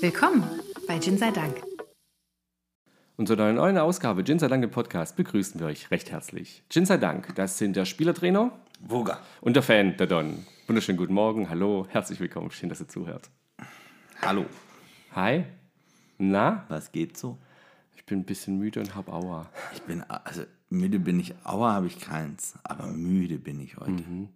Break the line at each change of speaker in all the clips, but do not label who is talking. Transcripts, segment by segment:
Willkommen bei Gin sei Dank.
Und zu einer neuen Ausgabe Gin sei Dank im Podcast begrüßen wir euch recht herzlich. Gin sei Dank, das sind der Spielertrainer
Woga.
und der Fan, der Don. Wunderschönen guten Morgen, hallo, herzlich willkommen, schön, dass ihr zuhört.
Hallo.
Hi, na,
Was geht so?
ich bin ein bisschen müde und hab Aua.
Ich bin, also müde bin ich, Aua habe ich keins, aber müde bin ich heute.
Mhm.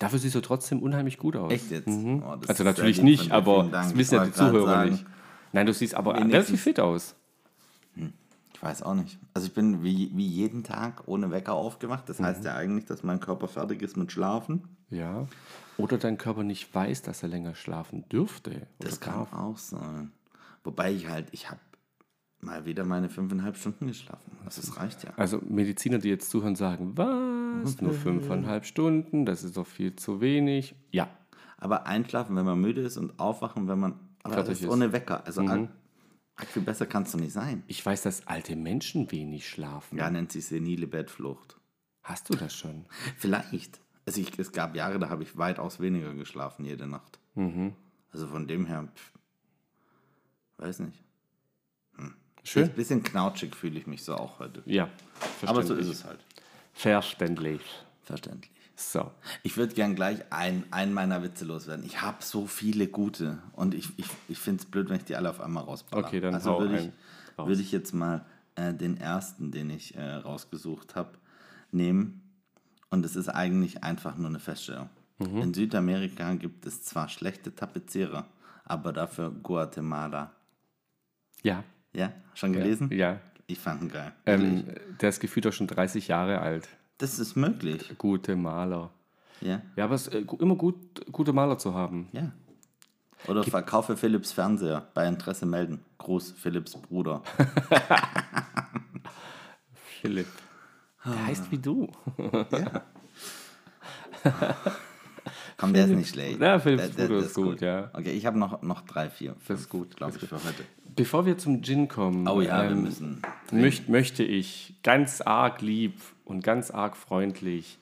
Dafür siehst du trotzdem unheimlich gut aus.
Echt jetzt?
Mhm.
Oh, das
also
ist
natürlich
sehr lieb von
nicht,
dir,
aber
vielen Dank.
das
Ich
wissen ja die
wollte gerade
Zuhörer
sagen,
nicht. Nein, du siehst aber relativ
Wenigstens.
fit aus.
Ich weiß auch nicht. Also ich bin wie, wie jeden Tag ohne Wecker aufgewacht. Das
Mhm.
heißt ja eigentlich, dass mein Körper fertig ist mit Schlafen.
Ja. Oder dein Körper nicht weiß, dass er länger schlafen dürfte.
Das
oder
kann auch sein. Wobei ich halt, ich habe mal wieder meine fünfeinhalb Stunden geschlafen. Also es reicht ja.
Also Mediziner, die jetzt zuhören, sagen, was?
Mhm.
Nur fünfeinhalb Stunden, das ist doch viel zu wenig. Ja,
Aber einschlafen, wenn man müde ist und aufwachen, wenn man aber
Fertig
alles
ist. Mhm.
ohne Wecker. Also arg viel besser kannst du nicht sein.
ich weiß, dass alte Menschen wenig schlafen.
Ja, nennt sich senile Bettflucht.
Hast du das schon?
Vielleicht. Also ich, es gab Jahre, da habe ich weitaus weniger geschlafen jede Nacht. Also von dem her, pff, weiß nicht.
Schön.
Ein bisschen knautschig fühle ich mich so auch heute.
Ja,
Aber so ist es halt.
Verständlich.
Verständlich.
So.
Ich würde gern gleich einen, einen meiner Witze loswerden. Ich habe so viele gute und ich, ich, ich finde es blöd, wenn ich die alle auf einmal rausballer.
Okay, dann hau
also würde ich,
einen raus.
würd ich jetzt mal äh, den ersten, den ich äh, rausgesucht habe, nehmen. Und es ist eigentlich einfach nur eine Feststellung.
Mhm.
In Südamerika gibt es zwar schlechte Tapezierer, aber dafür Guatemala.
Ja.
Ja, schon gelesen?
Ja.
Ich fand ihn geil.
Ähm,
Wirklich.
der ist gefühlt auch schon 30 Jahre alt.
das ist möglich.
Gute Maler.
Ja.
Ja, aber es ist äh, gu- immer gut, gute Maler zu haben.
Ja. Oder verkaufe Philips Fernseher. Bei Interesse melden. Gruß Philips Bruder.
Philipp.
Ah.
Der heißt wie du.
Komm, der ist nicht schlecht.
Ja, Philips
Der- der-
Bruder
der
ist gut, ja.
Okay, ich habe noch, noch drei, vier. Das
ist gut,
glaube
das
ich, für heute.
Bevor wir zum Gin kommen,
Oh ja, wir
ähm,
müssen.
möcht, möchte ich ganz arg lieb und ganz arg freundlich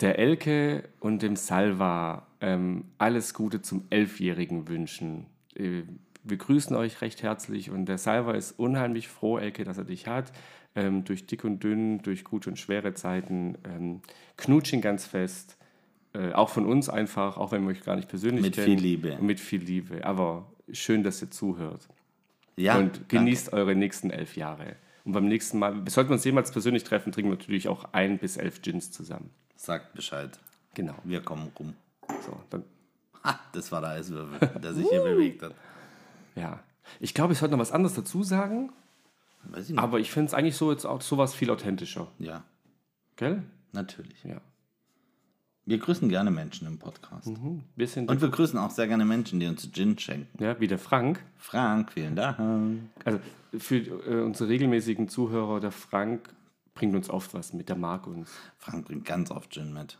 der Elke und dem Salva ähm, alles Gute zum Elfjährigen wünschen. Äh, wir grüßen euch recht herzlich und der Salva ist unheimlich froh, Elke, dass er dich hat. Ähm, durch dick und dünn, durch gute und schwere Zeiten. Ähm, knutsch ihn ganz fest. Äh, auch von uns einfach, auch wenn wir euch gar nicht persönlich
Mit viel
kennen.
Liebe.
Mit viel Liebe. Aber schön, dass ihr zuhört
Ja,
und genießt eure nächsten elf Jahre. Und beim nächsten Mal, sollten wir uns jemals persönlich treffen, trinken wir natürlich auch ein bis elf Gins zusammen.
danke. Sagt Bescheid.
Genau.
Wir kommen rum.
So, dann,
Ha, das war der Eiswürfel, der
Uh.
sich hier bewegt hat.
ja. Ich glaube, ich sollte noch was anderes dazu sagen,
Weiß ich nicht.
aber ich finde es eigentlich so jetzt auch sowas viel authentischer.
ja,
Gell?
natürlich.
Ja.
Wir grüßen gerne Menschen im Podcast.
Hm, bisschen.
Und wir grüßen auch sehr gerne Menschen, die uns Gin schenken.
ja, wie der Frank.
Frank, vielen Dank.
Also für äh, unsere regelmäßigen Zuhörer, der Frank bringt uns oft was mit, der mag uns.
Frank bringt ganz oft Gin mit.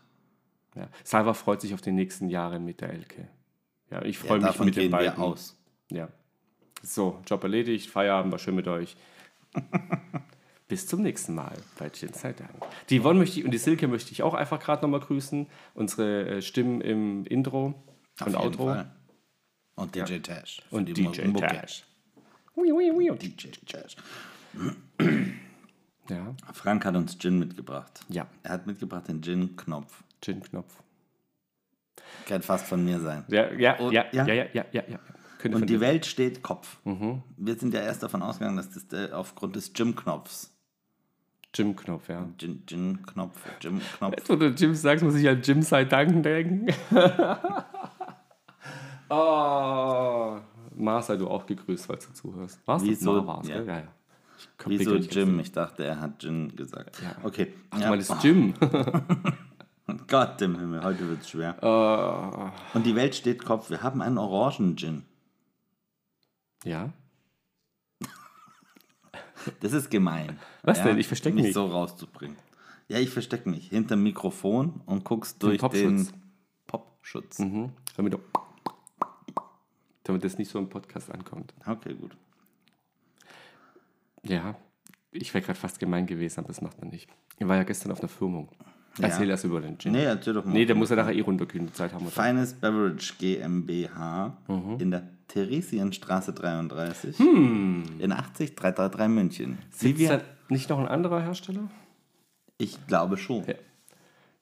Ja. Salva freut sich auf die nächsten Jahre mit der Elke. Ja, ich
Ja,
freue mich
davon
mit den
gehen
beiden.
wir aus.
Ja. So, Job erledigt, Feierabend, war schön mit euch. Bis zum nächsten Mal bei Gin sei Dank. Die Yvonne möchte ich, und die Silke möchte ich auch einfach gerade nochmal grüßen. Unsere äh, Stimmen im Intro
Auf
und
jeden
Outro.
Fall. Und DJ Tash. für
Und
die
DJ
Mucke.
Tash. Ui, ui, ui. und die-
DJ Tash.
Ja,
Frank hat uns Gin mitgebracht.
Ja.
Er hat mitgebracht den Gin-Knopf.
Gin-Knopf.
Kann fast von mir sein.
Ja, ja,
Und-
ja, ja,
ja?
ja, ja, ja, ja. Könnte von
Und die
dir- Mhm.
Welt steht Kopf. Wir sind ja erst davon ausgegangen, dass das äh, aufgrund des Gin-Knopfs.
Jim-Knopf, ja.
Gin- Gin-Knopf, Gin-Knopf.
Wenn du Jim sagst, muss ich an Jim sei Dank denken. oh. Mars sei du auch gegrüßt, falls du zuhörst. Warst du
Wieso?
Mar war's,
Ja.
gell? Ja, ja. Ich komm,
Wieso
blick nicht
Jim? Ich dachte, er hat Gin gesagt.
Ja.
Okay.
Ach,
ja.
du meinst Jim.
Oh, Gott im Himmel, heute wird's schwer.
Ah.
Und die Welt steht Kopf. Wir haben einen Orangen-Gin.
ja?
Das ist gemein.
Was denn? Ich versteck mich.
Mich so rauszubringen. Ja, ich verstecke mich hinterm Mikrofon und guckst durch
Popschutz.
den Popschutz.
Mhm. Damit, du, damit das nicht so im Podcast ankommt.
Okay, gut.
Ja, ich wäre gerade fast gemein gewesen, aber das macht man nicht. Ich war ja gestern auf einer Firmung. Erzähl das über den Gin.
Nee,
Nee,
erzähl doch mal.
der muss ja nachher eh runterkühlen. die Zeit haben wir. da.
Finest Beverage GmbH
Mhm.
in der Theresienstraße 33 in 80 333 München.
Hm. Sitzt
Wie wir,
da nicht noch ein anderer Hersteller,
ich glaube schon.
Ja.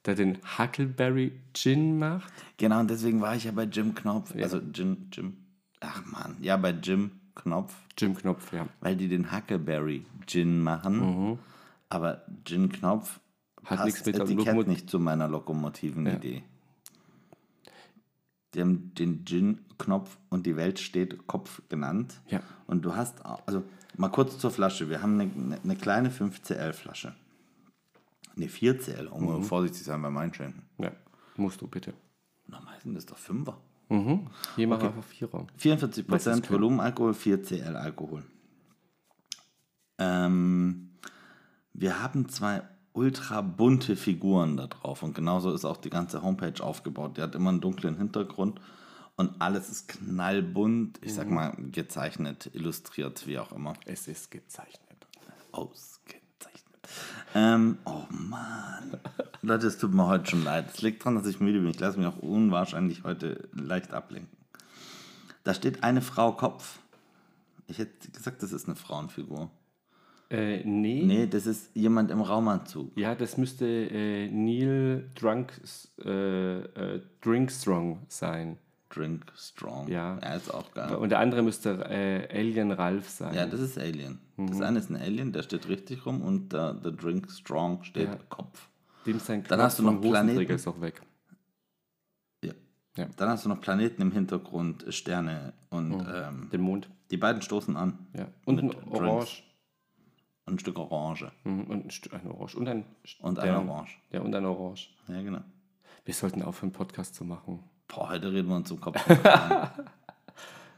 der den Huckleberry Gin macht?
Genau, und deswegen war ich ja bei Jim Knopf. Also Jim, Jim. Ach man, ja, bei Jim Knopf,
Jim Knopf, ja.
weil die den Huckleberry Gin machen. Aber Gin Knopf
Mhm. Hat
passt
nichts mit der
Etikett
Lokomot-
nicht zu meiner lokomotiven Idee. Die haben den Gin-Knopf und die Welt steht Kopf genannt.
Ja.
Und du hast, au- also mal kurz zur Flasche. Wir haben eine, eine kleine 5CL-Flasche. Eine 4CL, um
Mhm.
vorsichtig zu sein beim Einschenken.
ja. Musst du bitte.
Normal sind das doch Fünfer.
Hier machen wir einfach Vierer.
44% Volumenalkohol, 4cl Alkohol. Ähm, wir haben zwei ultra bunte Figuren da drauf und genauso ist auch die ganze Homepage aufgebaut. Die hat immer einen dunklen Hintergrund und alles ist knallbunt, ich sag mal gezeichnet, illustriert, wie auch immer.
Es ist gezeichnet.
Ausgezeichnet. Ähm, oh Mann. Leute, es tut mir heute schon leid. Es liegt daran, dass ich müde bin. Ich lasse mich auch unwahrscheinlich heute leicht ablenken. Da steht eine Frau Kopf. Ich hätte gesagt, das ist eine Frauenfigur.
Äh, nee.
Nee, das ist jemand im Raumanzug.
Ja, das müsste äh, Neil Drunk, äh, äh, Drinkstrong sein.
Drink Strong.
Ja.
Er ist auch geil.
Und der andere müsste äh, Alien Ralph sein.
Ja, das ist Alien. Das
Mhm.
eine ist ein Alien, der steht richtig rum und der, der Drink Strong steht
Ja.
Kopf.
Dem sein
Dann
Knopf
hast du noch
vom Hosenträger
Planeten.
ist auch weg.
Ja.
Ja.
Dann hast du noch Planeten im Hintergrund, Sterne und
Mhm.
ähm,
Den Mond.
die beiden stoßen an.
Ja. Und
Mit
ein Orange.
Und ein Stück Orange.
Mhm, Und ein, St- ein Orange. Und ein Stern.
Und ein Orange.
Ja, und ein Orange.
Ja, genau.
Wir sollten aufhören, Podcast zu machen.
Boah, heute reden wir uns zum Kopf. auf.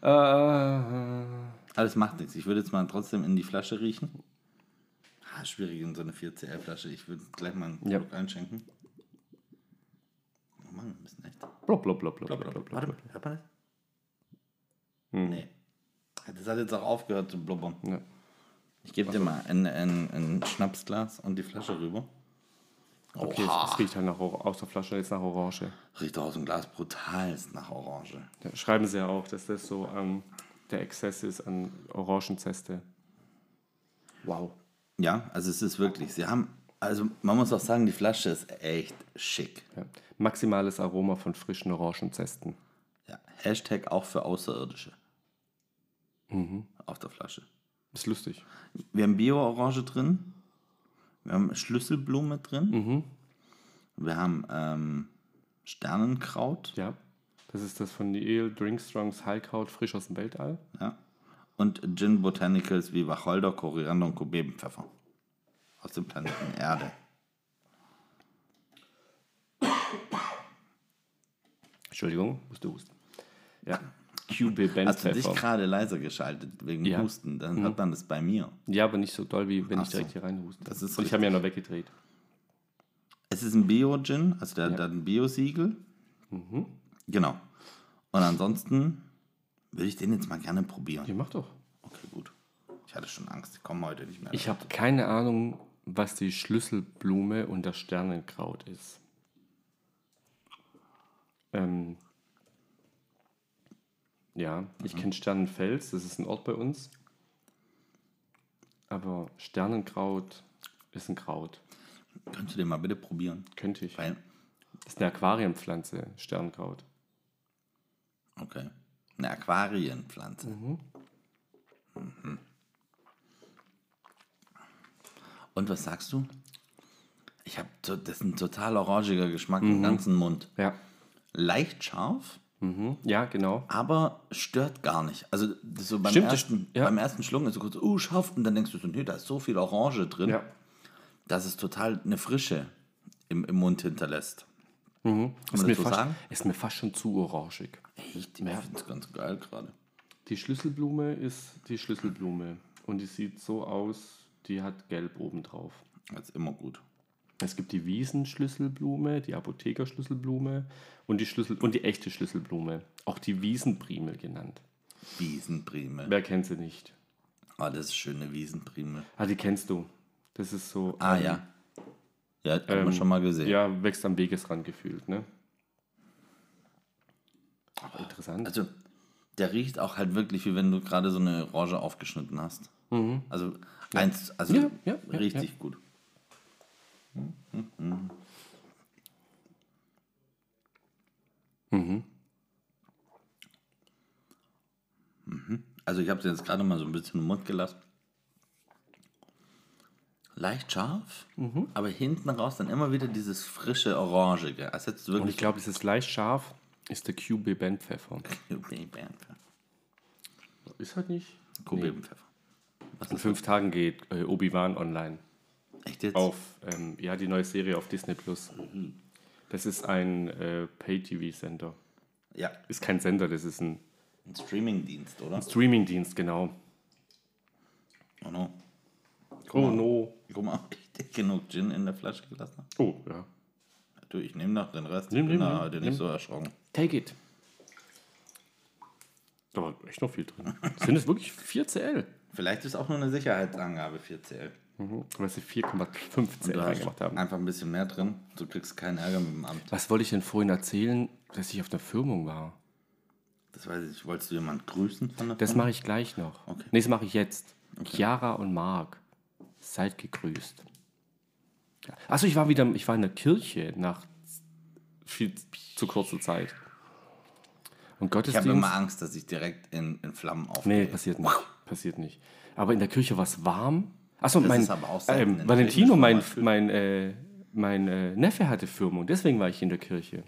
Äh, äh,
Aber das macht nichts. Ich würde jetzt mal trotzdem in die Flasche riechen. Ah, schwierig in so eine 4CL-Flasche. Ich würde gleich mal einen
Ja.
Schluck einschenken. Oh Mann, wir müssen echt.
blub, blub, blub, blub,
Blub,
blub,
blub,
blub,
Warte
blub.
mal, hört man das?
Hm.
Nee. Das hat jetzt auch aufgehört zu blubbern.
Ja.
Ich gebe dir mal ein, ein, ein Schnapsglas und die Flasche rüber.
Okay, es, es riecht halt nach Or aus der Flasche jetzt nach Orange.
Oh, Riecht doch aus dem Glas brutalst nach Orange.
Ja, schreiben sie ja auch, dass das so ähm, der Exzess ist an Orangenzeste. Wow.
Ja, also es ist wirklich, sie haben, also man muss auch sagen, die Flasche ist echt schick.
Ja. Maximales Aroma von frischen Orangenzesten.
Ja. Hashtag auch für Außerirdische.
Mhm.
Auf der Flasche.
Ist lustig.
Wir haben Bio-Orange drin. Wir haben Schlüsselblume drin.
Mhm.
Wir haben ähm, Sternenkraut.
Ja. Das ist das von Neil Drinkstrongs Heilkraut frisch aus dem Weltall.
Ja. Und Gin Botanicals wie Wacholder, Koriander und Kubebenpfeffer. Aus dem Planeten Erde.
Entschuldigung, musst du husten. Ja. Cube Ben
Hast du dich
Pfeffer.
gerade leiser geschaltet wegen
Ja. Mhm.
Husten? Dann hört man das bei mir.
Ja, aber nicht so doll, wie wenn
Ach
ich direkt
so.
hier reinhuste.
Das ist
Und ich habe ja noch weggedreht.
Es ist ein Bio-Gin, also der der hat ein Bio-Siegel.
Mhm.
Genau. Und ansonsten würde ich den jetzt mal gerne probieren.
Ja, mach doch.
Okay, gut. Ich hatte schon Angst, ich komme heute nicht mehr.
Ich habe keine Ahnung, was die Schlüsselblume und das Sternenkraut ist. Ähm, ja, ich kenne Sternenfels, das ist ein Ort bei uns. Aber Sternenkraut ist ein Kraut.
Könntest du den mal bitte probieren?
Könnte ich.
Weil,
ist eine Aquariumpflanze, Sternenkraut.
okay. Eine Aquarienpflanze. Mhm. Und was sagst du? Ich habe, das ist ein total orangiger Geschmack
Mhm.
im ganzen Mund.
Ja.
Leicht scharf,
Mhm. Ja, genau.
aber stört gar nicht. Also so beim,
Stimmt, das-
ersten,
ja.
beim ersten Schlucken ist so kurz, uh, scharf. Und dann denkst du so, nee, da ist so viel Orange drin,
Ja.
dass es total eine Frische im, im Mund hinterlässt. Kann
Mhm. Ist
man
mir,
das so sagen?
fast, ist mir fast schon zu orangig.
Echt? Ich finde es ganz geil gerade.
Die Schlüsselblume ist die Schlüsselblume. Und die sieht so aus, die hat gelb obendrauf.
Das ist immer gut.
Es gibt die Wiesenschlüsselblume, die Apothekerschlüsselblume und die, Schlüssel und die echte Schlüsselblume. Auch die Wiesenprimel genannt.
Wiesenprimel.
Wer kennt sie nicht?
Ah, Oh, das ist schöne Wiesenprimel.
Ah, die kennst du. Das ist so.
Ah
ähm,
ja. Ja, hat man schon mal gesehen.
Ja, wächst am Wegesrand gefühlt, ne? Aber interessant.
Also, der riecht auch halt wirklich, wie wenn du gerade so eine Orange aufgeschnitten hast. Also, eins, also
Mhm. Ja, ja, ja, Mhm.
richtig gut. Mhm. Also, ich habe sie jetzt gerade mal so ein bisschen im Mund gelassen. Leicht scharf,
Mhm.
aber hinten raus dann immer wieder dieses frische Orange. gell? Als hättest du
Und
wirklich
ich glaube, dieses leicht scharf ist der QB Bandpfeffer.
Kugelpfeffer.
Ist halt nicht.
Kugelpfeffer. Was
In
ist
fünf Tagen geht äh, Obi-Wan online.
echt jetzt?
Auf, ähm, ja, die neue Serie auf Disney Plus. Das ist ein äh, Pay-TV-Sender.
Ja,
Ist kein Sender, das ist ein
ein Streamingdienst, oder?
Streaming-Dienst, genau.
Oh no.
Oh no.
Guck mal, ob ich dir genug Gin in der Flasche gelassen habe.
Oh, ja.
Du, ich nehme noch den Rest.
Nimm,
ich bin
nimm,
da
nimm,
heute
nimm.
nicht so erschrocken.
Take it. Da war echt noch viel drin. Sind es wirklich 4 CL?
Vielleicht ist auch nur eine Sicherheitsangabe 4CL.
Mhm. Weil sie 4,5 CL
Du hast
reingemacht haben.
einfach ein bisschen mehr drin. Du kriegst keinen Ärger mit dem Amt.
Was wollte ich denn vorhin erzählen, dass ich auf der Firmung war?
Das weiß ich. Wolltest du jemanden grüßen von der
Das
Firma?
mache ich gleich noch.
Okay.
Nee, das mache ich jetzt. Chiara und Marc, seid gegrüßt. Achso, ich war wieder, ich war in der Kirche nach viel zu kurzer Zeit. Und
Ich habe immer
Gottesdienst.
Angst, dass ich direkt in, in Flammen aufgehe.
Nee, passiert nicht. Passiert nicht. Aber in der Kirche war es warm. Achso,
Das
mein
ist aber auch selten in
ähm,
der
Valentino,
Kirche,
mein,
dass man
mein, äh, mein äh, Neffe hatte Firmung, deswegen war ich in der Kirche.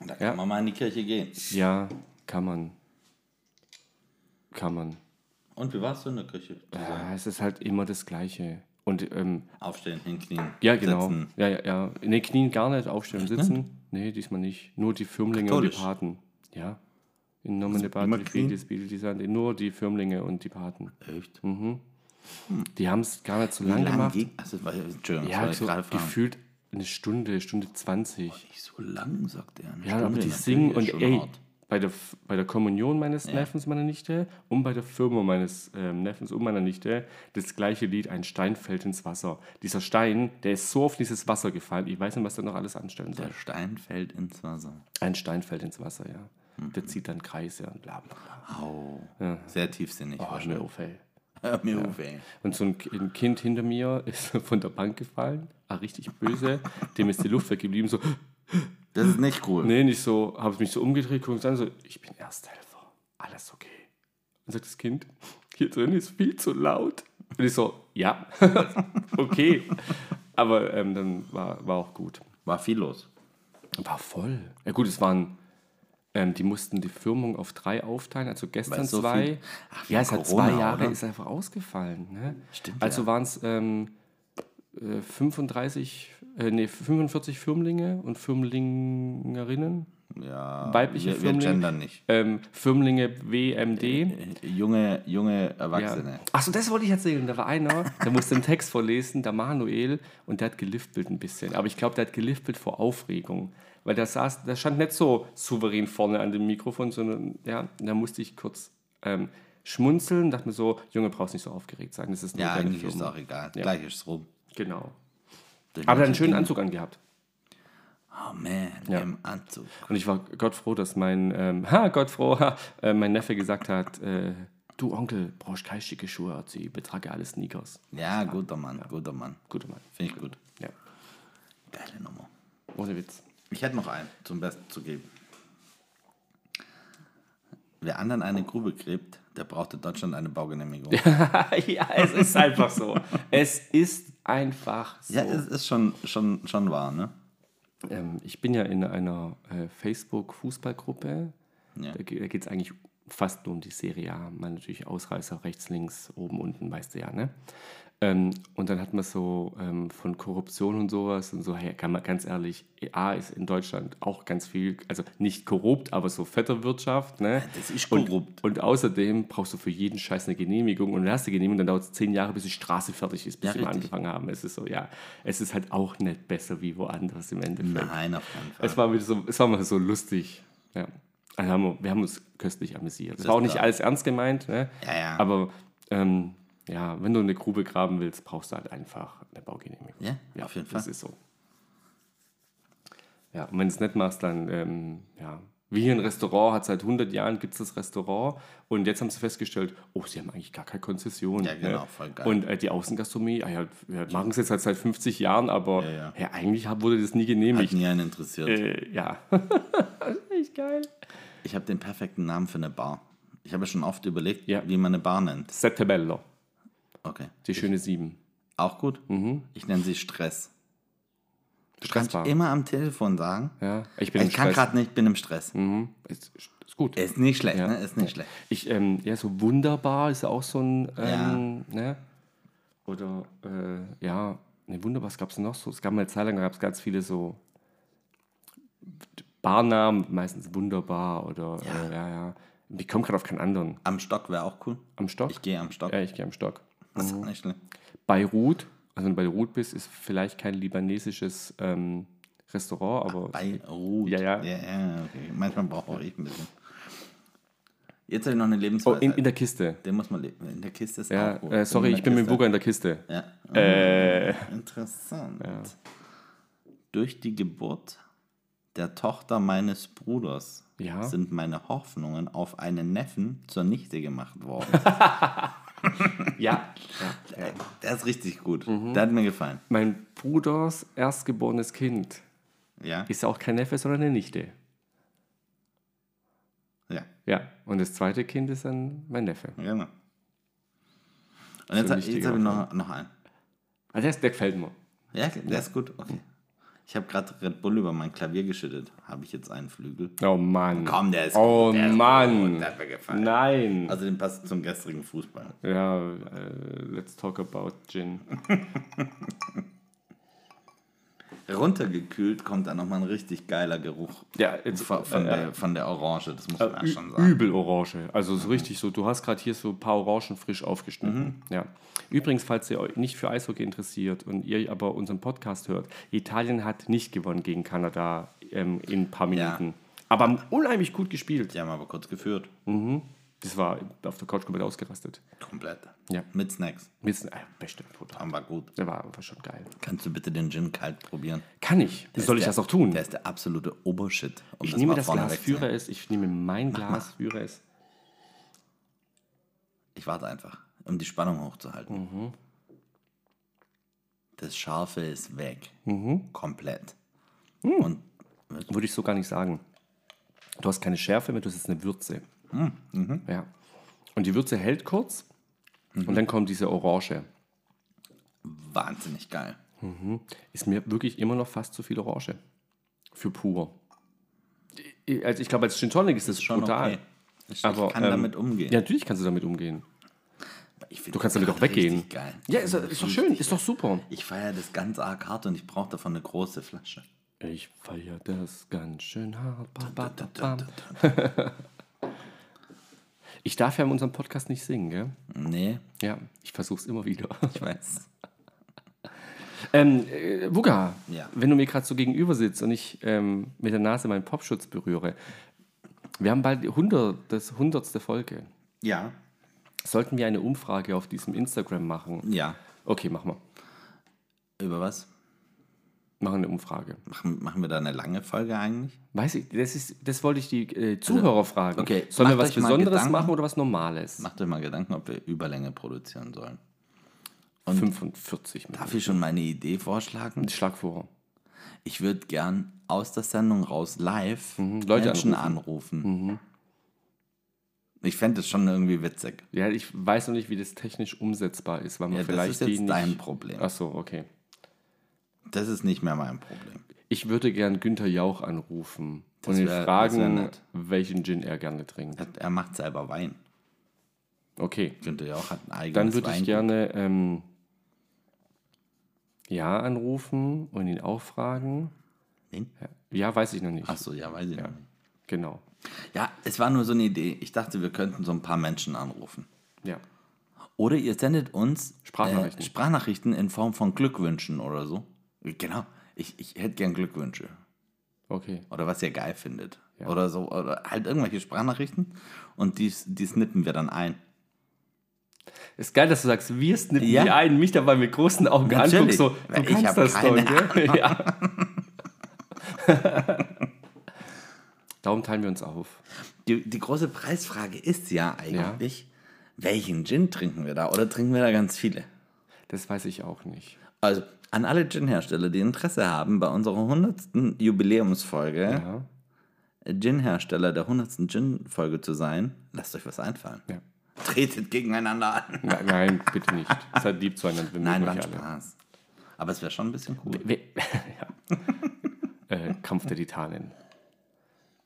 Und da kann
Ja.
man mal in die Kirche gehen.
Ja, kann man. Kann man.
Und wie warst du in der Kirche?
Ja, es ist halt immer das Gleiche. Und ähm,
Aufstehen, hinknien.
ja, genau.
sitzen.
Ja, ja, ja. Nee, knien gar nicht, aufstehen und sitzen. Nee, diesmal nicht. Nur die Firmlinge und die
Katholisch. Also
Paten. Ja. In nomine
immer
Patri
knien?
Fidelis Fidelitis Ante. Nur die Firmlinge und die Paten.
Echt?
Die haben es gar nicht so
Wie
lang
lange
gemacht.
ging? Also, war- Entschuldigung, das
ja,
wollte ich
so
gerade fragen.
gefühlt eine Stunde, Stunde 20.
Nicht so lang, sagt er. Eine
Ja, aber
Stunde
die
in der
singen
Kirche ist
und
schon
ey,
hart.
bei der, F- bei der Kommunion meines Neffens, meiner Nichte und bei der Firma meines ähm, Neffens und meiner Nichte das gleiche Lied, ein Stein fällt ins Wasser. Dieser Stein, der ist so auf dieses Wasser gefallen, ich weiß nicht, was der noch alles anstellen soll.
Der Stein fällt ins Wasser.
Ein Stein fällt ins Wasser, ja. Der zieht dann Kreise und bla bla bla.
Au. Sehr tiefsinnig.
Oh,
wahrscheinlich.
mir auf, ey.
Hör mir auf, ey.
Und so ein Ki- ein Kind hinter mir ist von der Bank gefallen, ah, richtig böse, dem ist die Luft weggeblieben, so,
Das ist nicht cool.
Nee, nicht so. Habe ich mich so umgedreht, guckt an, so, ich bin Ersthelfer. Alles okay. Und sagt das Kind, hier drin ist viel zu laut. Und ich so, ja, okay. Aber ähm, dann war, war auch gut.
War viel los.
War voll. Ja gut, es waren, ähm, die mussten die Firmung auf drei aufteilen, also
Weil
gestern
so viel-
zwei.
Ach,
ja,
wegen
es hat
Corona,
zwei Jahre,
oder?
ist einfach ausgefallen. Ne?
Stimmt,
Also
ja.
waren es ähm, äh, 35, äh, nee, 45 Firmlinge und Firmlingerinnen.
Ja,
Weibliche
wir, wir
Firmlinge.
gendern nicht.
ähm, Firmlinge WMD.
Äh, Junge, junge
Ja.
Erwachsene.
Achso, das wollte ich erzählen. Da war einer, der musste einen Text vorlesen, der Manuel, und der hat gelispelt ein bisschen. Aber ich glaube, der hat gelispelt vor Aufregung. Weil der saß, der stand nicht so souverän vorne an dem Mikrofon, sondern ja, da musste ich kurz ähm, schmunzeln, dachte mir so, Junge, brauchst nicht so aufgeregt sein. Das ist nur
Ja,
deine
eigentlich ist
Firma.
auch egal. Gleich ist es rum.
Genau.
Durch
um- Aber dann einen
manche
schönen
Dinge-
Anzug angehabt.
Oh man, im Anzug.
Und ich war gottfroh, dass mein, ähm, ha, gottfroh, ha, äh, mein Neffe gesagt hat, äh, du Onkel, brauchst keine schicke Schuhe, sie betrage alle Sneakers.
Ja, guter Mann, guter Mann.
Guter Mann.
Finde ich gut.
Ja,
Geile Nummer.
ohne Witz.
Ich hätte noch einen zum Besten zu geben. Wer anderen eine Grube gräbt, der braucht in Deutschland eine Baugenehmigung.
ja, es ist einfach so. Es ist einfach so.
Ja, es ist schon, schon, schon wahr, ne?
ähm, ich bin ja in einer äh, Facebook-Fußballgruppe.
Ja.
Da, ge- da geht es eigentlich fast nur um die Serie A. Man natürlich Ausreißer rechts, links, oben, unten, weißt du ja, ne? Ähm, und dann hat man so ähm, von Korruption und sowas und so, hey, kann man ganz ehrlich, A ist in Deutschland auch ganz viel, also nicht korrupt, aber so Vetterwirtschaft, ne?
Das ist
Und-
korrupt.
Und außerdem brauchst du für jeden Scheiß eine Genehmigung. Und dann hast du die Genehmigung, dann dauert es zehn Jahre, bis die Straße fertig ist, bis
Ja,
sie mal
richtig.
angefangen haben. Es ist so, ja, es ist halt auch nicht besser wie woanders im Endeffekt.
Nein, auf keinen Fall.
Es war, wieder so, es war mal so lustig. Ja. Also haben wir, wir haben uns köstlich amüsiert. Es war
ist
auch nicht
klar.
alles ernst gemeint, ne?
Ja, ja.
aber ähm, ja, wenn du eine Grube graben willst, brauchst du halt einfach eine Baugenehmigung.
Ja, auf jeden
Das
Fall.
ist so. Ja, und wenn du es nicht machst, dann, ähm, ja. Wie hier ein Restaurant hat seit 100 Jahren gibt es das Restaurant und jetzt haben sie festgestellt, oh, sie haben eigentlich gar keine Konzession.
Ja, genau,
ne?
voll geil.
Und äh, die Außengastronomie, ah, ja, wir machen es jetzt halt seit 50 Jahren, aber
Ja, ja.
ja, eigentlich hab- wurde das nie
Hat
genehmigt.
nie einen interessiert.
Äh, ja. Echt geil.
Ich habe den perfekten Namen für eine Bar. Ich habe schon oft überlegt,
Ja.
wie man eine Bar nennt.
Sette Bello,
Okay.
die schöne Sieben.
Auch gut.
Mhm.
Ich nenne sie Stress. Du kannst
Stressbar.
immer am Telefon sagen.
Ja, ich bin
Ich
im
kann
Stress.
gerade nicht, bin im Stress.
Mhm. Ist, ist gut.
Ist nicht schlecht,
Ja.
ne? Ist nicht schlecht.
Ich, ähm, ja, so wunderbar ist ja auch so ein,
Ja.
ähm, ne? Oder, äh, ja, ne, wunderbar, was gab es noch so? Es gab mal eine Zeit lang, gab es ganz viele so Barnamen, meistens wunderbar oder, ja, äh, ja. ja. Ich komme gerade auf keinen anderen.
Am Stock wäre auch cool.
Am Stock?
Ich gehe am Stock.
ja, Mhm. ich gehe am Stock.
Das ist auch nicht schlecht.
Beirut, also wenn du bei Beirut bist, ist vielleicht kein libanesisches ähm, Restaurant, aber
Bei Ruth.
Ja, ja.
oh, ja, ja okay. Manchmal brauche auch ich ein bisschen. Jetzt habe ich noch eine
oh,
Lebensweisheit.
in, in der Kiste.
den muss man leben. In der Kiste ist
Ja,
auch Ah, gut.
äh, sorry,
In
ich
der
bin mit dem
Kiste.
Burger in der Kiste.
Ja. Oh,
Äh,
Interessant. Durch die Geburt der Tochter meines Bruders
Ja.
sind meine Hoffnungen auf einen Neffen zur Nichte gemacht worden.
ja.
der ist richtig gut.
Mhm.
Der hat mir gefallen.
Mein Bruders erstgeborenes Kind
Ja.
ist ja auch kein Neffe, sondern eine Nichte.
Ja,
Ja, und das zweite Kind ist dann mein Neffe.
genau. Und jetzt,
Zur
hab-
Nichte
jetzt habe ich noch, noch einen.
Also der, ist, der gefällt mir.
Ja, der ist gut. Okay. Ich habe gerade Red Bull über mein Klavier geschüttet. Habe ich jetzt einen Flügel?
Oh Mann.
Komm, der ist
Oh
gut, der ist
Mann.
gut, der hat mir gefallen.
Nein.
Also den passt zum gestrigen Fußball.
ja, äh, let's talk about Gin.
Runtergekühlt kommt dann nochmal ein richtig geiler Geruch
Ja, jetzt-
von, von,
äh,
der, von der Orange. Das muss man ja
Ü-
schon sagen.
Übel orange. Also so richtig so, du hast gerade hier so ein paar Orangen frisch aufgeschnitten.
Mhm.
Ja. Übrigens, falls ihr euch nicht für Eishockey interessiert und ihr aber unseren Podcast hört, Italien hat nicht gewonnen gegen Kanada ähm, in ein paar
Ja.
Minuten. Aber haben unheimlich gut gespielt.
Die haben aber kurz geführt.
Das war auf der Couch komplett ausgerastet.
Komplett.
Ja.
Mit Snacks.
Wissen, äh, beste Bruder.
Haben wir gut.
Der war, war schon geil.
Kannst du bitte den Gin kalt probieren?
Kann ich. Soll ich
Der-
das auch tun?
Der ist der absolute Obershit. Um
Ich nehme
mal
das
vorneweg
Glas
zu sagen.
Führer ist. Ich nehme mein Glas Führer ist.
Ich warte einfach, um die Spannung hochzuhalten.
Mhm.
Das Scharfe ist weg.
Mhm.
Komplett. Und
Würde ich so gar nicht sagen. Du hast keine Schärfe mehr, du hast jetzt eine Würze. Ja. Und die Würze hält kurz und dann kommt diese Orange.
wahnsinnig geil.
Ist mir wirklich immer noch fast zu viel Orange. Für pur. I- Also ich glaube, als Gin Tonic ist das
Schon
brutal.
okay. Ich,
Aber,
ich kann
ähm,
damit umgehen.
Ja, natürlich kannst du damit umgehen.
Ich find
Du kannst
das
damit auch
gerade
weggehen.
richtig Geil.
Ja, ist, ist doch schön, ist doch super.
Ich feiere das ganz arg hart und ich brauche davon eine große Flasche.
Ich feier das ganz schön hart. Ba, ba, ba, bam. Ich darf ja in unserem Podcast nicht singen, gell?
Nee,
Ja, ich versuch's immer wieder.
ich weiß.
Ähm, äh, Wuga,
Ja.
wenn du mir gerade so gegenüber sitzt und ich ähm, mit der Nase meinen Popschutz berühre, wir haben bald die 100, das hundertste Folge.
Ja.
Sollten wir eine Umfrage auf diesem Instagram machen?
Ja.
Okay, machen wir.
Über was?
Machen eine Umfrage.
Machen, machen wir da eine lange Folge eigentlich?
Weiß ich, das, ist, das wollte ich die äh, Zuhörer fragen.
Also, okay,
Sollen wir
macht
was
euch mal
Besonderes
Gedanken.
machen oder was Normales?
Macht euch mal Gedanken, ob wir Überlänge produzieren sollen.
45 Minuten.
Darf ich schon meine Idee vorschlagen?
Ich schlag vor.
Ich würde gern aus der Sendung raus live
Mhm, Leute Mhm.
Menschen anrufen. Ich fände es schon irgendwie witzig.
Ja, ich weiß noch nicht, wie das technisch umsetzbar ist, weil man
Ja, das
vielleicht
ist jetzt
die nicht.
dein Problem.
Ach so, okay.
Das ist nicht mehr mein Problem.
Ich würde gern Günther Jauch anrufen
Das
und ihn
wär- das wär
fragen,
nett. Also,
welchen Gin er gerne trinkt.
Er, er macht selber Wein.
Okay,
Könnte ja auch hat ein eigenes
dann würde ich
Weingut.
gerne ähm, Ja anrufen und ihn auch fragen.
Wen?
Ja, weiß ich noch nicht.
Achso, ja, weiß ich noch nicht.
Genau.
Ja, es war nur so eine Idee. Ich dachte, wir könnten so ein paar Menschen anrufen.
Ja.
Oder ihr sendet uns
Sprachnachrichten.
äh, Sprachnachrichten in Form von Glückwünschen oder so. Genau. Ich, ich hätte gern Glückwünsche.
Okay.
Oder was ihr geil findet.
Ja.
Oder so. Oder halt irgendwelche Sprachnachrichten. Und die, die snippen wir dann ein.
Ist geil, dass du sagst, wir snippen
Ja.
die einen, mich dabei mit großen Augen
Natürlich,
anguckst, so, du
weil ich
kannst
hab
das doch,
keine
gell? Ja. Darum teilen wir uns auf.
Die, die große Preisfrage ist ja eigentlich, welchen Gin trinken wir da? Oder trinken wir da ganz viele?
Das weiß ich auch nicht.
Also an alle Gin-Hersteller, die Interesse haben, bei unserer 100. Jubiläumsfolge
Ja.
Gin-Hersteller der 100. Gin-Folge zu sein, lasst euch was einfallen.
Ja.
Tretet gegeneinander an.
Nein, nein, bitte nicht. Seid lieb zueinander. Wir
Nein,
mögen
war ein
euch alle.
Spaß. Aber es wäre schon ein bisschen cool.
We ja. äh, Kampf der Titanen.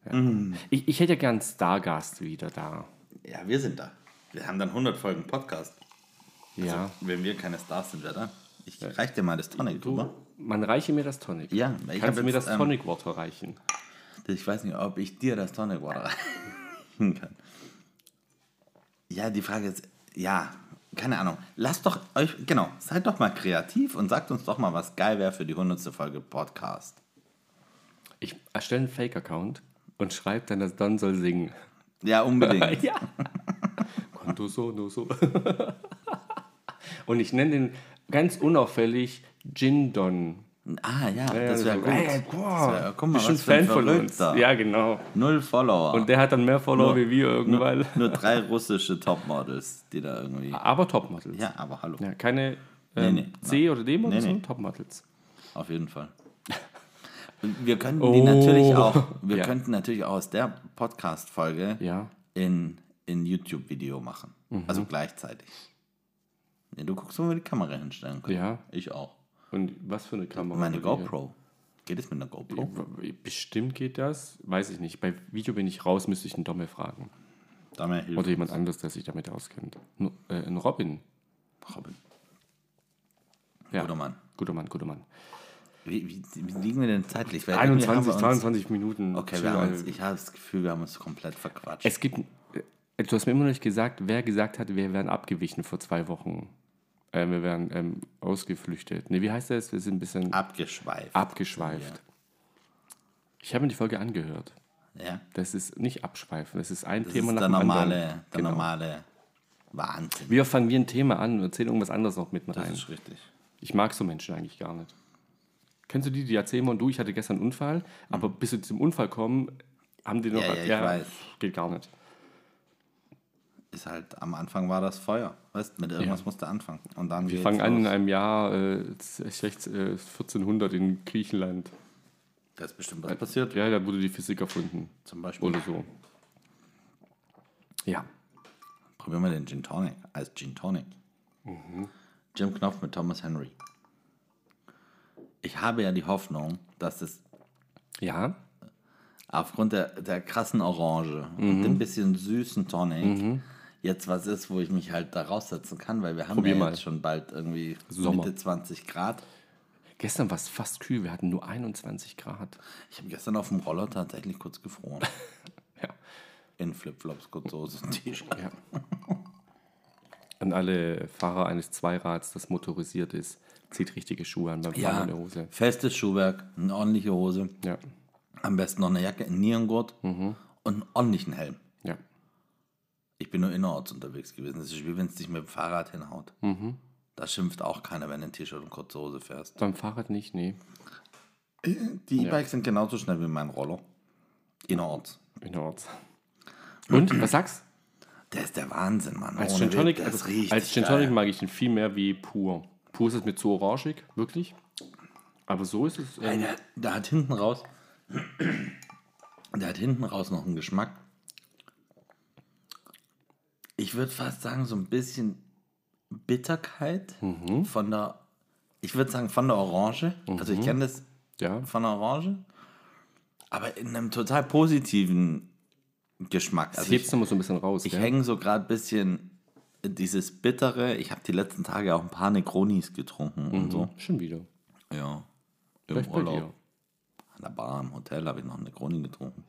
Ja.
Mhm.
Ich, ich hätte ja gern Stargast wieder da.
Ja, wir sind da. Wir haben dann 100 Folgen Podcast.
Ja.
Wenn wir keine Stars sind, wer da? Ich reich dir mal das Tonic drüber.
Man reiche mir das Tonic.
Ja, ich hab
Kannst du mir
jetzt,
das
ähm,
Tonic Water reichen?
Ich weiß nicht, ob ich dir das Tonic Water reichen kann. Ja, die Frage ist, ja, keine Ahnung. Lasst doch euch, genau, seid doch mal kreativ und sagt uns doch mal, was geil wäre für die 100. Folge Podcast.
Ich erstelle einen Fake-Account und schreibe dann, dass Don soll singen.
Ja, unbedingt.
Ja. Quanto sono so. und ich nenne den ganz unauffällig Gin Don.
ah, ja,
Ja,
das wäre
so,
gut.
ey, boah,
Das wär- guck mal,
bist schon
was für ein
Fan von uns.
Verrückter.
Ja, genau.
Null Follower.
Und der hat dann mehr Follower wie wir irgendwann.
nur drei russische Topmodels, die da irgendwie.
Aber Topmodels.
Ja, aber hallo.
Ah. Ja, keine ähm,
nee,
C- oder D-Models,
Nee, nee.
sondern Topmodels.
Auf jeden Fall. Wir könnten die natürlich auch, wir
Oh. Ja.
könnten natürlich auch aus der Podcast-Folge
Ja. Mhm.
in, in YouTube-Video machen. Also gleichzeitig. Ja, du guckst, wo wir die Kamera hinstellen können.
Ja.
Ich auch.
Und was für eine Kamera?
Meine
Oder wie?
GoPro. Geht es mit einer GoPro?
Bestimmt geht das, weiß ich nicht. Bei Video bin ich raus, müsste ich einen Dommel fragen.
Da mehr hilft
Oder jemand anderes, der sich damit auskennt. N äh, ein Robin.
Robin.
Ja.
Guter Mann.
Guter Mann, guter Mann.
Wie, wie, wie liegen wir denn zeitlich? Weil irgendwie haben
21,
wir uns-
22 Minuten.
Okay, wir
Chill,
haben uns,
Alter.
ich habe das Gefühl, wir haben uns komplett verquatscht.
es gibt. Äh, du hast mir immer noch nicht gesagt, wer gesagt hat, wir wären abgewichen vor zwei Wochen. Äh, wir wären ähm, ausgeflüchtet. Ne, wie heißt das? Wir sind ein
Ah,
bisschen
Abgeschweift.
abgeschweift. Ich habe mir die Folge angehört.
Ja.
Das ist nicht abschweifen, das ist ein
Das
Thema
ist
nach
der
dem
normale,
anderen. Genau.
der normale Wahnsinn.
Wie oft fangen wir ein Thema an und erzählen irgendwas anderes noch mitten
Das
rein?
ist richtig.
Ich mag so Menschen eigentlich gar nicht. Kennst du die, die erzählen immer, du, ich hatte gestern einen Unfall, aber bis sie zum Unfall kommen, haben die noch...
Mhm. Ja, ja, ich weiß.
Geht gar nicht.
Ist halt, am Anfang war das Feuer. Weißt mit irgendwas
Ja.
musst du anfangen. Und dann
Wir fangen an in einem Jahr äh, 16, äh, 1400 in Griechenland.
Das ist bestimmt was passiert.
Ja, da wurde die Physik erfunden.
Zum Beispiel.
Oder so. Ja.
Probieren wir den Gin Tonic als Gin Tonic.
Mhm.
Jim Knopf mit Thomas Henry. Ich habe ja die Hoffnung, dass es
Ja?
aufgrund der, der krassen Orange
Mhm.
und dem bisschen süßen Tonic jetzt was ist, wo ich mich halt da raussetzen kann, weil wir haben
Probier
ja
mal.
jetzt schon bald irgendwie
Sommer.
Mitte 20 Grad.
Gestern war es fast kühl, wir hatten nur 21 Grad.
Ich habe gestern auf dem Roller tatsächlich kurz gefroren.
Ja.
In Flipflops, Kurzhose und T-Shirt.
Ja. An alle Fahrer eines Zweirads, das motorisiert ist, zieht richtige Schuhe an beim Fahren
Ja,
in der Hose.
festes Schuhwerk, eine ordentliche Hose,
Ja,
am besten noch eine Jacke, einen Nierengurt
Mhm.
und einen ordentlichen Helm.
ja.
Ich bin nur innerorts unterwegs gewesen. Das ist wie wenn es dich mit dem Fahrrad hinhaut.
Mhm.
Da schimpft auch keiner, wenn du ein T-Shirt und kurze Hose fährst.
Beim Fahrrad nicht, nee.
Die E-Bikes sind genauso schnell wie mein Roller. Innerorts.
Innerorts. Und, was sagst
Der ist der Wahnsinn, Mann.
Als Gin
Ohne Witz,
Tonic,
der ist
also,
richtig
als Gin
geil.
Tonic mag ich ihn viel mehr wie pur. Pur ist es mir zu orangig, wirklich. Aber so ist es. Ähm,
Der, der hat hinten raus. Der hat hinten raus noch einen Geschmack. Ich würde fast sagen, so ein bisschen Bitterkeit
Mhm.
von der. Ich würde sagen, von der Orange. Also ich kenne das
ja,
von der Orange. Aber in einem total positiven Geschmack.
das
Also ich
hebst du immer so ein bisschen raus.
ich
gell?
hänge so gerade ein bisschen dieses Bittere. Ich habe die letzten Tage auch ein paar Negronis getrunken und so.
Schon wieder.
Ja. Im
Mhm. Vielleicht bei dir.
an der Bar im Hotel habe ich noch eine Krone getrunken.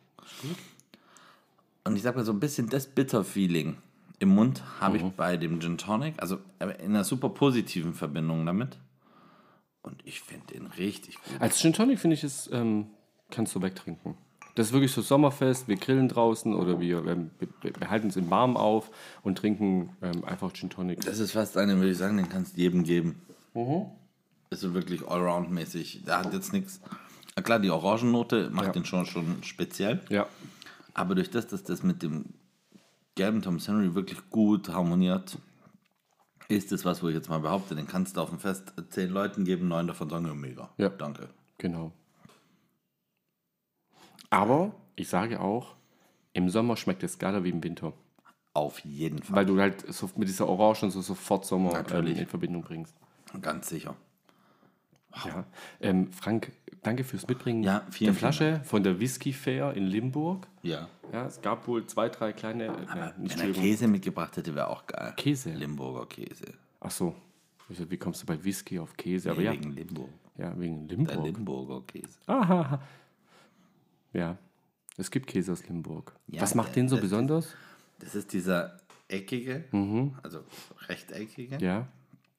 Und ich sag mal, so ein bisschen das Bitter-Feeling im Mund habe ich bei dem Gin Tonic, also aber in einer super positiven Verbindung damit. Und ich finde ihn richtig gut.
Als Gin Tonic finde ich es, ähm, kannst du wegtrinken. Das ist wirklich so Sommerfest, wir grillen draußen oder wir, ähm, wir, wir halten es im Warmen auf und trinken ähm, einfach Gin Tonic.
Das ist fast einer, würde ich Mhm. sagen, den kannst du jedem geben. Ist so wirklich allround-mäßig. Da hat jetzt nichts. Na Klar, die Orangennote macht den schon, schon speziell.
Ja.
Aber durch das, dass das mit dem gelben Tom Henry wirklich gut harmoniert, ist das was, wo ich jetzt mal behaupte, den kannst du auf dem Fest zehn Leuten geben, neun davon sagen, ja, mega.
Ja.
Danke.
Genau. Aber ich sage auch, im Sommer schmeckt es geiler wie im Winter.
Auf jeden Fall.
Weil du halt so mit dieser Orange und so sofort Sommer ähm,
Natürlich.
in Verbindung bringst.
Ganz sicher.
Ja. Ähm, Frank, danke fürs Mitbringen
Ja, vielen,
der
vielen
Flasche von der Whisky Fair in Limburg.
Ja.
Ja, es gab wohl zwei, drei kleine. Äh,
Wenn er
Entschuldigung.
Käse mitgebracht hätte, wäre auch geil.
Käse?
Limburger Käse.
Ach so. Ich so, Wie kommst du bei Whisky auf Käse? Aber
Nee,
ja,
Wegen Limburg.
ja, wegen
Der
Limburg. Ah.
Limburger Käse.
Aha. Ja, es gibt Käse aus Limburg.
Ja,
Was macht
der-
den so
der-
besonders?
Das ist dieser eckige, also rechteckige.
Mhm. Ja.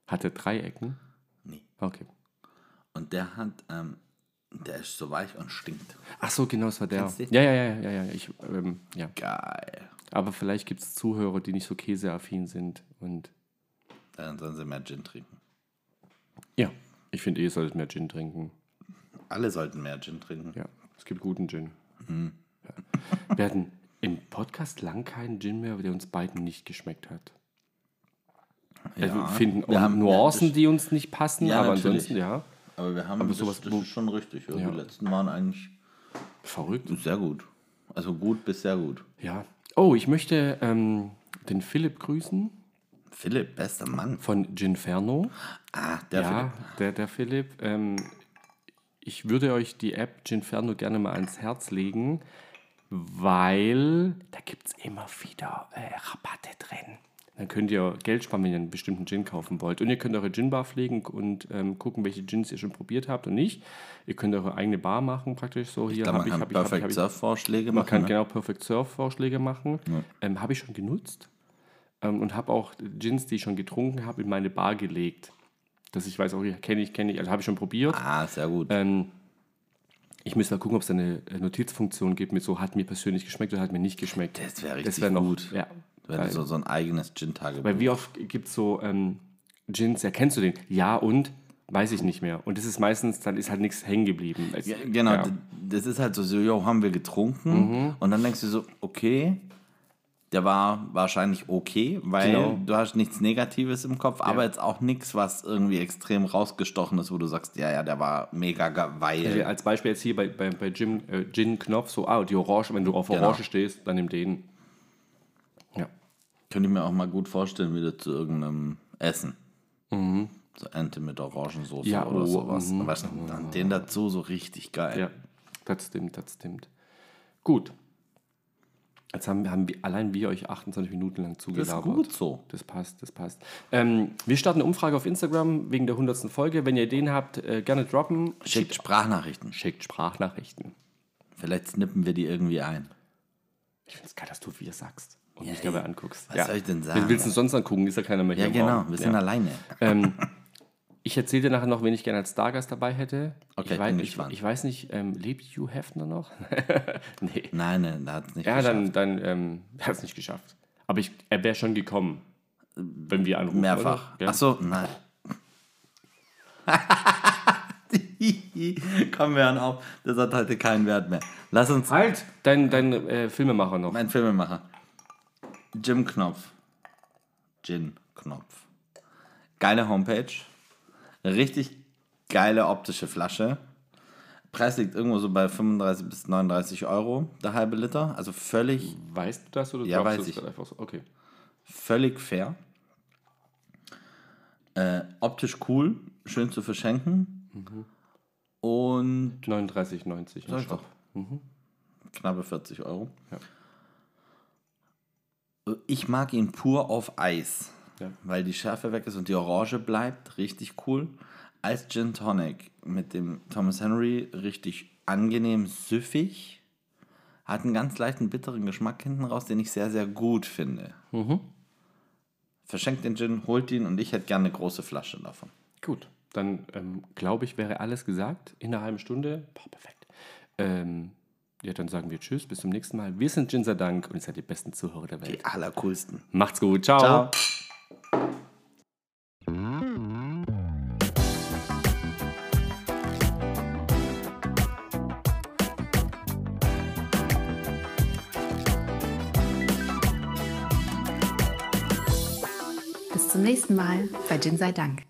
Hat er drei Ecken?
Nee.
Okay.
Und der hat, ähm, der ist so weich und stinkt.
Ach so, genau, es war der.
Kennst du?
Ja, ja, ja, ja, ja, ja. Ich, ähm, ja.
Geil.
Aber vielleicht gibt es Zuhörer, die nicht so käseaffin sind. Und
Dann sollen sie mehr Gin trinken.
ja, ich finde, ihr solltet mehr Gin trinken.
Alle sollten mehr Gin trinken.
Ja, es gibt guten Gin.
Mhm.
Ja. Wir hatten im Podcast lang keinen Gin mehr, der uns beiden nicht geschmeckt hat. Also wir finden
Wir
auch
haben-
Nuancen,
ja,
die uns nicht passen,
Ja,
aber
natürlich.
ansonsten, ja.
das- Aber wir haben das,
sowas-
das ist schon richtig. Ja.
Ja.
Die letzten waren eigentlich
Verrückt.
sehr gut. Also gut bis sehr gut.
Ja. Oh, ich möchte ähm, den Philipp grüßen
Philipp, bester Mann.
von Ginferno.
Ah, der
ja,
Philipp.
der, der Philipp. Ähm, ich würde euch die App Ginferno gerne mal ans Herz legen, weil da gibt es immer wieder äh, Rabatte drin. Dann könnt ihr Geld sparen, wenn ihr einen bestimmten Gin kaufen wollt. Und ihr könnt eure Gin-Bar pflegen und ähm, gucken, welche Gins ihr schon probiert habt und nicht. Ihr könnt eure eigene Bar machen, praktisch so. Hier
Ich glaube,
hab
man kann
hab hab hab
Perfect Surf-Vorschläge
Man
machen.
kann
ne?
genau Perfect Surf Vorschläge machen. Ähm, habe ich schon genutzt ähm, und habe auch Gins, die ich schon getrunken habe, in meine Bar gelegt. Dass ich weiß, auch hier kenne ich, kenne ich, also habe ich schon probiert.
Ah, sehr gut.
Ähm, ich müsste mal gucken, ob es eine äh, Notizfunktion gibt mit so, hat mir persönlich geschmeckt oder hat mir nicht geschmeckt.
Das wäre
Das
richtig
wär noch,
gut.
Ja.
Wenn du so, so ein eigenes Gin-Tagebuch.
Weil wie oft gibt es so ähm, Gins, ja, kennst du den? Ja und? Weiß ich nicht mehr. Und das ist meistens, dann ist halt nichts hängen geblieben. Es-
Ja, genau,
ja. Mhm.
d- das ist halt so, so, jo, haben wir getrunken. Und dann denkst du so, okay, der war wahrscheinlich okay, weil
Genau.
du hast nichts Negatives im Kopf, aber jetzt auch nichts, was irgendwie extrem rausgestochen ist, wo du sagst, ja, ja, der war mega geil.
Also als Beispiel jetzt hier bei, bei, bei Jim, äh, Gin Knopf, so, ah, die Orange, wenn du auf
Genau.
Orange stehst, dann nimm den. Ja.
Könnte ich mir auch mal gut vorstellen, wieder zu irgendeinem Essen. So Ente mit Orangensoße
Mhm. Ja,
oder
oh,
sowas. Aber dann den dazu so richtig geil.
Ja, das stimmt, das stimmt. Gut. Jetzt haben, haben wir, allein wir euch 28 Minuten lang
Das ist
zugelabert.
gut so.
Das passt, das passt. Ähm, wir starten eine Umfrage auf Instagram wegen der 100. Folge. Wenn ihr Ideen habt, äh, gerne droppen.
Schickt Sprachnachrichten.
Schickt Sprachnachrichten.
Vielleicht snippen wir die irgendwie ein.
Ich finde es geil, dass du wir sagst und mich dabei anguckst.
was soll ich denn sagen?
Wen willst du sonst angucken? Ist ja keiner mehr hier
Ja,
im
genau.
Raum.
Wir
Ja.
sind alleine.
Ich erzähle dir nachher noch, wen ich gerne als Stargast dabei hätte.
Okay,
ich weiß,
bin
ich,
gespannt.
ich weiß nicht, ähm, lebt Hugh Hefner noch? nee.
Nein, nein, da hat es nicht
Ja,
geschafft.
dann, dann ähm, hat es nicht geschafft. Aber ich, er wäre schon gekommen, wenn wir anrufen.
Mehrfach.
Oder? Ja.
Achso, nein. Komm, wir hören auf. Das hat heute keinen Wert mehr. Lass uns.
Halt! Dein, dein äh, Filmemacher noch.
Mein Filmemacher. Jim Knopf. Gin Knopf. Geile Homepage. Richtig geile optische Flasche. Preis liegt irgendwo so bei 35 bis 39 Euro, der halbe Liter. Also völlig
Weißt du das oder
Ja,
glaubst
weiß
du es
ich.
gerade einfach so? Okay.
völlig fair. Äh, optisch cool, schön zu verschenken. Und
39,90.
Sag
im
ich
Shop.
doch. knappe 40 Euro. Äh, Ich mag ihn pur auf Eis,
Ja.
weil die Schärfe weg ist und die Orange bleibt. Richtig cool. Als Gin Tonic mit dem Thomas Henry richtig angenehm süffig. Hat einen ganz leichten bitteren Geschmack hinten raus, den ich sehr, sehr gut finde. Verschenkt den Gin, holt ihn und ich hätte gerne eine große Flasche davon.
Gut. Dann ähm, glaube ich, wäre alles gesagt. In einer halben Stunde. Boah, perfekt. Ähm, ja, dann sagen wir Tschüss, bis zum nächsten Mal. Wir sind Jinser Dank und ihr seid die besten Zuhörer der Welt.
Die allercoolsten.
Macht's gut.
Ciao.
zum nächsten Mal bei Gin sei Dank.